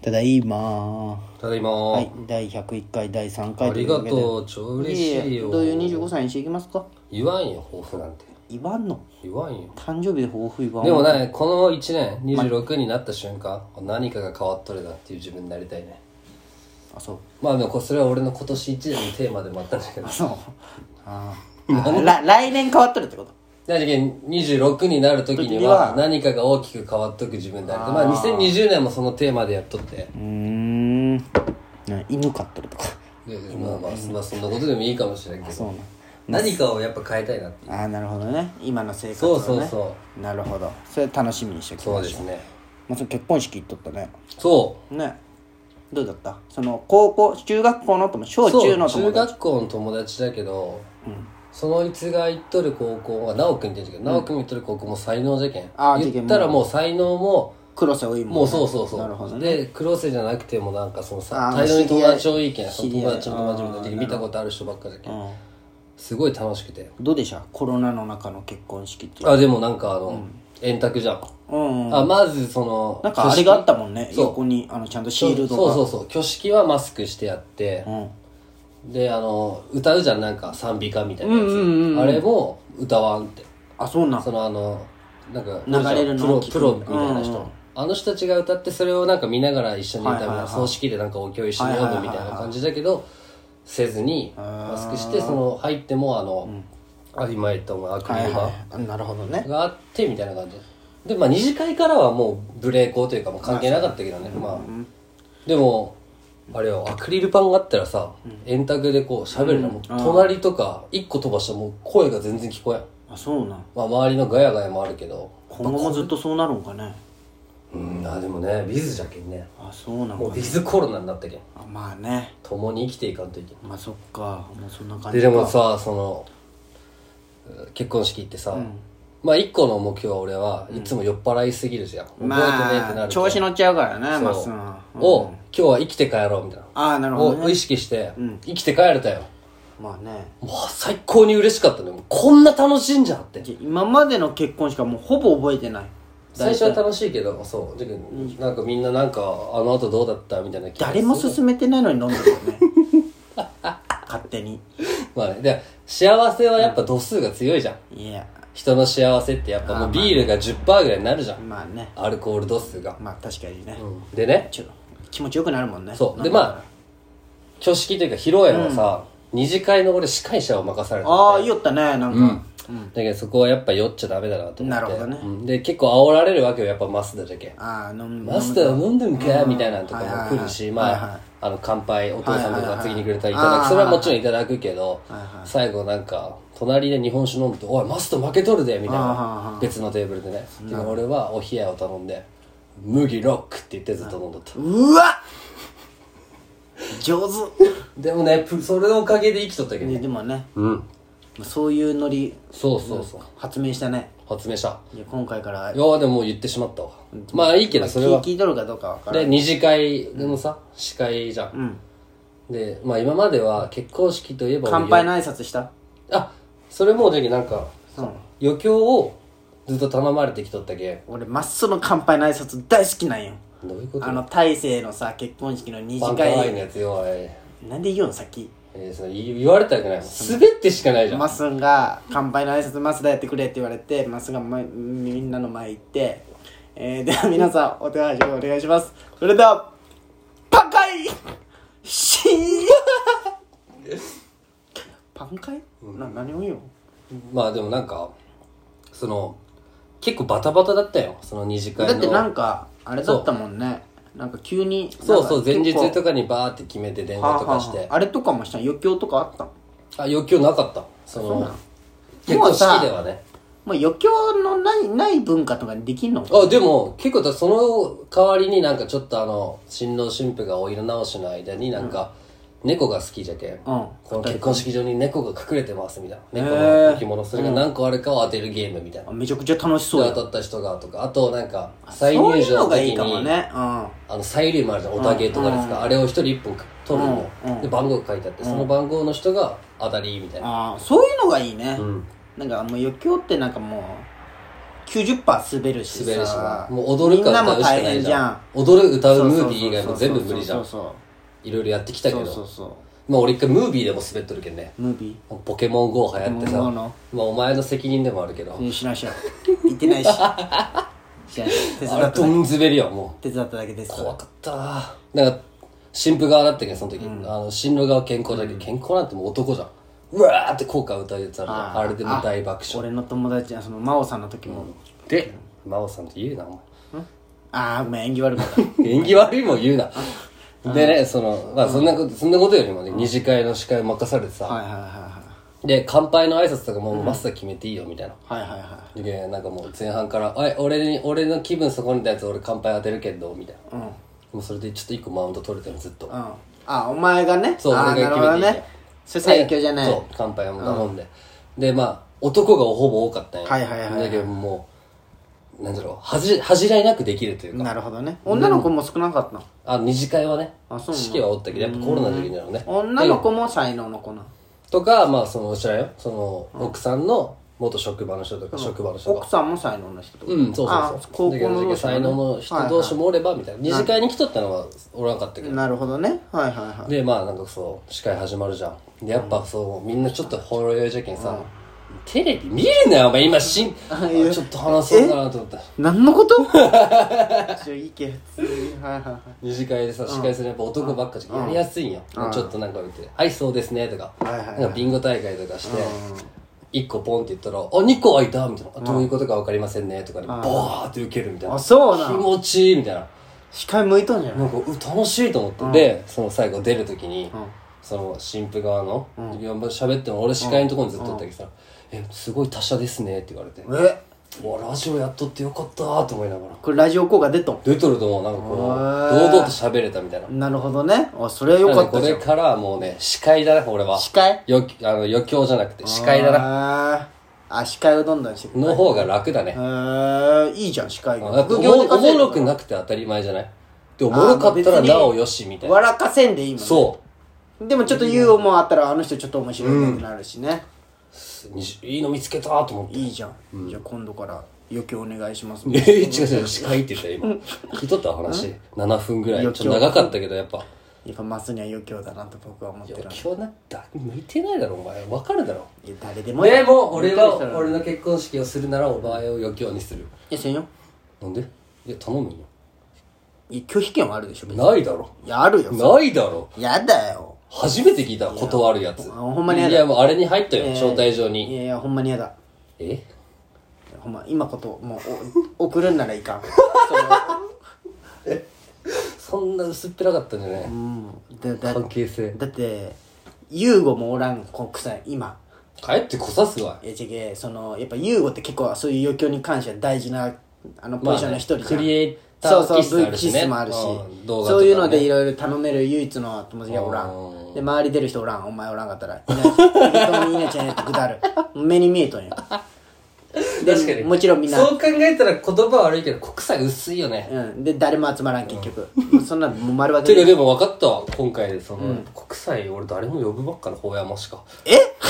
ただいまただいま、はい第101回第3回ありがとう超嬉しいよどういう25歳にしていきますか言わんよ抱負なんて言わんの言わんよ誕生日で抱負言わんでもねこの1年26になった瞬間何かが変わっとるなっていう自分になりたいねあそうまあでもこそれは俺の今年1年のテーマでもあったんだけどあそうあーら来年変わっとるってことなじけん26になる時には何かが大きく変わっとく自分であるまあ2020年もそのテーマでやっとってうーんな犬飼っとるとかいやいやまあまあまあそんなことでもいいかもしれんけそうどな何かをやっぱ変えたいなっていうああーなるほどね今の生活そをうねそうそなるほどそれ楽しみにしておうきそうまでしょすねまあその結婚式行っとったねそうねどうだったその高校中学校の友小中のそう友中達学校の友達だけど、そのいつが行っとる高校は直君って言うんだけど直君行っとる高校も才能じゃけんあー言ったらもう才能も黒瀬おいももうそうそうそうなるほどねで黒瀬じゃなくてもなんかそのあさー大量に友達多いけんそ知のり合い友達の友達あもー見たことある人ばっかだけんうんすごい楽しくてどうでしたコロナの中の結婚式っていうあでもなんかあの、円卓じゃん、うんうんあまずそのなんかあれがあったもんねそう横にあのちゃんとシールドそうがそうそう挙式はマスクしてやって、うんであの歌うじゃんなんか賛美歌みたいなやつ、あれも歌わんってあそうなんそのあのなんか流れるのプロ聞くプロみたいな人、うんあの人たちが歌ってそれをなんか見ながら一緒に歌うみたいな、はいはいはい葬式でなんかお経を一緒に読むみたいな感じだけど、せずにマスクしてその入ってもあの、あ今言ったお前アクはいリル板はいあなるほどねがあってみたいな感じでまあ二次会からはもう無礼講というかもう関係なかったけどねまあ、でもあれよアクリル板があったらさ、円卓でこう喋るのもう隣とか一個飛ばしたらもう声が全然聞こえんあそうなんまあ、周りのガヤガヤもあるけど今後もずっとそうなるんかねうんあでもねビズじゃけんねあそうなんもうかビズコロナになったけんあまあね共に生きていかんといけなまあそっかもうそんな感いじでかでもさそのうん結婚式ってさ、まあ一個の目標は俺はいつも酔っ払いすぎるじゃん、覚えてねえまってなある調子乗っちゃうからねまっすそぐうを今日は生きて帰ろうみたいなああなるほどをね意識して、生きて帰れたよまあねもう最高に嬉しかったねもうこんな楽しいんじゃんってじゃあ今までの結婚しかもうほぼ覚えてない最初は楽しいけどそうだけどなんかみんななんかあの後どうだったみたいな聞いて誰も勧めてないのに飲んでるよね 勝手にまあね、で幸せはやっぱ度数が強いじゃん。いや人の幸せってやっぱもうビールが10%ぐらいになるじゃん。まあねアルコール度数が。まあ確かにね、でね、ちょっと気持ちよくなるもんねそう。で、なんかまあ、挙式というか披露宴はさ、二次会の俺司会者を任された。ああ言おったねなんか、だけどそこはやっぱ酔っちゃダメだなと思って。なるほどねうんで、結構煽られるわけよ、やっぱマスダだけ。ああ飲むマスダは飲んでんかみたいなのとかはいはいはもい来るし、はいはまあ、あの、乾杯、お父さんとか次にくれたらいたはいはいだはく。いそれはもちろんいただくけどはいは、最後なんか、隣で日本酒飲むと、おい、マスダ負けとるで、みたいはいはいなは。い別のテーブルでね。で俺はお冷やを頼んで、麦ロックって言ってずっと飲んどった。うわ上手でもね、プそれのおかげで生きとったけどでね。でもねうん。そういうノリそうそうそう。発明したね発明した。いや今回からいやーでももう言ってしまったわ。まあいいけど、それは。聞聞いとるかどうかわからんで二次会のさ、司会じゃん、でまあ今までは結婚式といえば乾杯の挨拶したあそれもうじゃけなんかそう余興をずっと頼まれてきとったけ俺まっすぐの乾杯の挨拶大好きなんよどういうことあの大勢のさ結婚式の二バ次ンカーワイン会のやつよおい、えなんで言うの先ーその言言われたくない滑ってしかないじゃんマスンが「乾杯の挨拶マスだやってくれ」って言われてマスが、ま、みんなの前行って、えー、 では皆さんお手配をお願いしますそれではパンカイしー パンカイな何を言うのまあでもなんかその結構バタバタだったよその二次会のだってなんかあれだったもんねなんか急にそうそう前なんか日結構とかにバーって決めて電話とかしてはあはああれとかもした余興とかあったのあ余興なかったそそうなのの結も婚うさ式ではねもう余興のないない文化とかにできんのあでも結構だその代わりになんかちょっとあの新郎新婦がお色直しの間になんか猫が好きじゃけん、この結婚式場に猫が隠れてますみたいな猫の置物それが何個あるかを当てるゲームみたいな、あめちゃくちゃ楽しそうでや当たった人がとかあとなんかそう再入いう場ののがい時いにかもねうんあのサイリウムあるじゃんおたげとかですか、あれを一人一本取るの、で番号が書いてあってその番号の人が当たりみたいな、ああそういうのがいいね、んなんかもう余興ってなんかもう90%滑るし滑るしなさもう踊るか歌うしかないじゃん踊る歌うムービー以外も全部無理じゃんそういろいろやってきたそうけそうそうそうどそまあ俺一回ムービーでも滑っとるけんねうムービもうポケモン GO 流行ってさポケモン GO まのあお前の責任でもあるけどーしなしゃ行ってないししないし手伝あれったどん滑りよもう手伝っただけです怖かったななんか新婦側だったけどその時、あの新郎側健康だけど、健康なんてもう男じゃんうわーって効果歌うやつあるじゃんあれでもう大爆笑俺の友達その真央さんの時もで真央さんって言うなおああごめん縁起悪かった前縁起悪いもん言うなでねそのまあそんなこと、そんなことよりもね、二次会の司会を任されてさ、はいはいはで乾杯の挨拶とかもうマスター決めていいよみたいな、いはいはいはいはでなんかもう前半から「おい俺に俺の気分損ねたやつ俺乾杯当てるけど」みたいな、もうそれでちょっと一個マウント取れてるのずっと、いうんあお前がねそうあー俺がなるほど決めていいねそれ最強じゃないそう乾杯も頼んで、でまあ男がほぼ多かったんやはいはいはいはいだけどもうなんだろう恥じ恥じらいなくできるというかなるほどね女の子も少なかったのあ二次会はねあそうなの式はおったけどやっぱコロナの時だろうね女の子も才能の子なとかまあそのうちらよその奥さんの元職場の人とか職場の人とか奥さんも才能の人うん、そうそうあそ高うだ校けどの同士才能の人同士もおればみたいな、二次会に来とったのはおらんかったけどなるほどねはいはいはいでまあなんかそう司会始まるじゃんでやっぱそう、みんなちょっとほろ酔いじゃけんさ、テレビ見るなよお前今しんあちょっと話そうかなと思った何のこと ちょいいけ普通にはいはいはい二次会でさ司会するやっぱ男ばっかじゃんやりやすいんよ、ちょっとなんか見て「はいそうですね」とか,、いはいはいなんかビンゴ大会とかして、一個ポンって言ったら「あ2個開いた」みたいなあ「どういうことか分かりませんね」とかでバーって受けるみたいなあそうなん気持ちいいみたいな司会向いとんじゃなないんかう楽しいと思って、でその最後出る時に、その新婦側の、いや喋っても俺司会のところにずっとおったけどさ「えすごい達者ですね」って言われて「えうわラジオやっとってよかった」と思いながらこれラジオ効果出とん出とるともうなんかこへの堂々と喋れたみたいななるほどねあそれはよかなっんでたこじゃれんからはもうね司会だな俺は司会よあの余興じゃなくて司会だななあ司会をどんどんしていくの方が楽だね、へーいいじゃん司会だがって副おも業ろでお稼いでもるろくなくて当たり前じゃないでおもろかったらなおよしみたいな笑かせんでいいもんねそうでもちょっとユーモアあったらあの人ちょっと面白くなるしね、にいいの見つけたと思っていいじゃん、じゃあ今度から余興お願いしますえ違う違う司会って言ったよ今聞いとった話7分ぐらいちょっと長かったけどやっぱやっぱマスには余興だなと僕は思ってる余興なんて向いてないだろお前わかるだろいや誰でもでも俺は見てる人なら俺の結婚式をするならお前を余興にするいやせんよなんでいや頼むよいや拒否権はあるでしょ別にないだろいやあるよないだろやだよ初めて聞いた断るやつほんまにやいだやもうあれに入ったよ招待状いにやいやほんまにやだえほんま今こともうお 送るんならいかんそんな薄っぺらかったんじゃないうんだだ関係性だってユーゴもおらん国際今帰ってこさすわえちげそのやっぱユーゴって結構そういう余興に関しては大事なあのポジションの一人じゃん、まあねクリエイターそう気質そうあ V るキしねスもあるし、うん動画とそかねういうのでいろいろ頼める唯一の友達がおらうんんで周り出る人おらんお前おらんかったらいない本当にいないちゃんやってく だる目に見えとんよ確かにもちろんみんなそう考えたら言葉は悪いけど国際薄いよねうんで誰も集まらん結局、そんなのもう丸わけてでかでも分かったわ今回でその、国際俺誰も呼ぶばっかの法山しかえ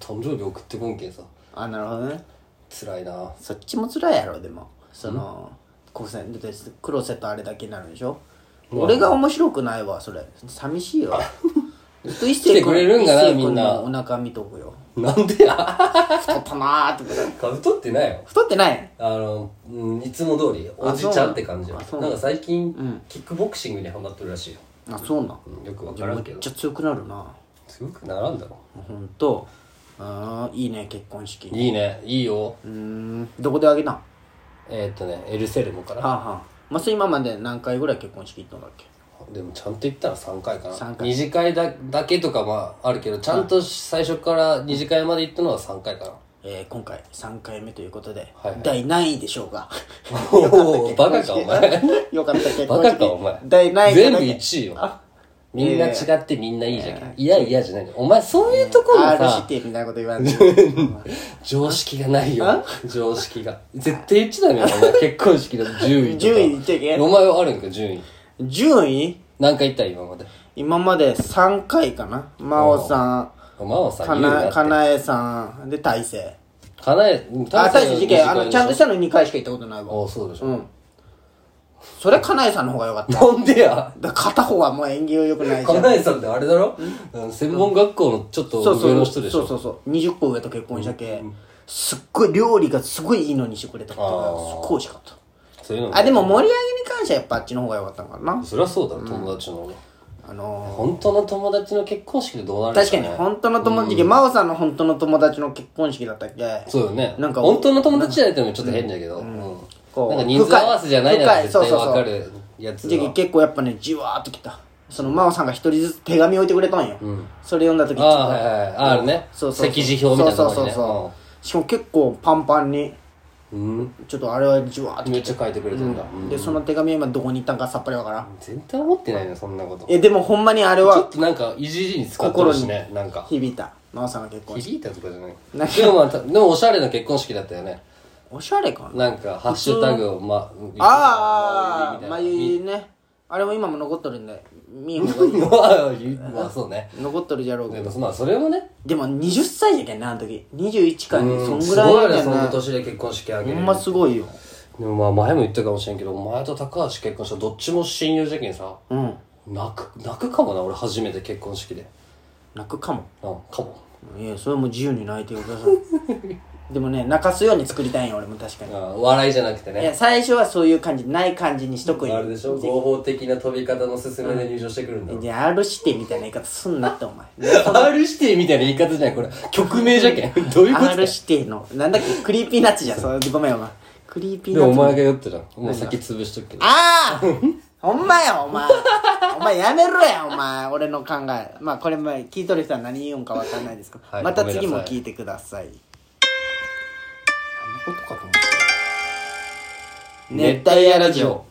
誕生日送ってこんけんさあなるほどね辛いなそっちも辛いやろでもその高専だってクロセットあれだけになるでしょ俺が面白くないわそれ寂し いわずっと一来て星くれるんかな一星君みんなのお腹見とくよなんでや 太ったなーってことかぶとってないよ太ってないあの、うん、いつも通りおじちゃんって感じよあそうなんか最近、キックボクシングにハマってるらしいよ、あそうなんうんよく分じかゃらあめんけっどちゃ強くなるな強くならんだろほんとあーいいね結婚式いいねいいようーんどこであげたんはえー、っとねエルセルモかあなはあまず今まで何回ぐらい結婚式行ったんだっけでもちゃんと言ったら3回かな三二次会だだけとかまああるけどちゃんと最初から二次会まで行ったのは3回かなえー、今回3回目ということで、はいはい第何位でしょう かおおバカかお前 よかった結バ婚式カかお前第何位全だ部っけ1位よみんな違ってみんないいじゃん、いやいやじゃないお前そういうところが R シさティみたいなこと言わんで常識がないよ常識が絶対言っちゃダメよお 前結婚式の10位とか順位言っちゃいけんお前はあるんか順位順位何回言った今まで今まで3回かな真央さんお前はさか言うななってかなえさんで大勢かなえ、うんあ、大した事件、あ短いの、ちゃんとしたの2回しか行ったことないわ。あ、そうでしうょ。ん。それ、かなえさんの方が良かった。なんでやだ片方はもう縁起が良くないじゃかん。なえさんってあれだろうん専門学校のちょっそうとそ上うの人でしそうょそうそう20個上と結婚したけ、すっごい料理がすごいいいのにしてくれたことあがーすっごい美味しかったそういうのあでも盛り上げに関してはやっぱあっちの方が良かったのかなそりゃそうだろ友達のあの本当の友達の結婚式でどうなー、るで確しょかうにね本当の友達、真央さんの本当の友達の結婚式だったっけそうよねなんか本当の友達じゃないってのもちょっと変だけどうんこうなんか人数合わせじゃないなら深い絶そう対そうそうわかるやつでが結構やっぱねじわーっときたその真央さんが一人ずつ手紙置いてくれたんよ、それ読んだ時ちょっとあーはいはいああるねそうそうそう席次表みたいなのねそうそうそうそうしかも結構パンパンにうんちょっとあれはじわーっとめっちゃ書いてくれてんだうんでその手紙は今どこに行ったんかさっぱりわからん全然思ってないねそんなことちえでもほんまにあれょはっとなんかいじりに使ってるしねなんか響いた真央さんが結婚式響いたとかじゃないなんでもまあたでもおしゃれな結婚式だったよねおしゃれかななんかハッシュタグをまああままあゆいねあれも今も残っとるんで見んほう がいいまあそうね残っとるじゃろうけでどもまあそれもねでも20歳じゃけんなあの時21かにそんぐすらごいいねだそのよね年で結婚式あげほるんますごいよでもまあ前も言ったかもしれんけどお前と高橋結婚したらどっちも親友じゃけんさうん泣く泣くかもな俺初めて結婚式で泣くかもうんかもいやそれはもう自由に泣いてください でもね泣かすように作りたいんよ俺も確かうにん笑いじゃなくていねや最初はそういう感じない感じにしとくんあよれでしょ合法的な飛び方の勧めで入場してくるんだろで R してみたいな言い方すんなってお前 R シティみたいな言い方じゃないこれ曲名じゃけん どういうことだ R シティのなんだっけクリーピーナッツじゃんそれごめんお前クリーピーでナッもツお前が酔ってたのもう先潰しとくけどああ ほんまやお前お前やめろやお前俺の考えまあこれまあ聞いとる人は何言うんかわかんないですけど、はいまた次ごめもんなさい聞いてくださいあのことかと思った熱帯夜ラジオ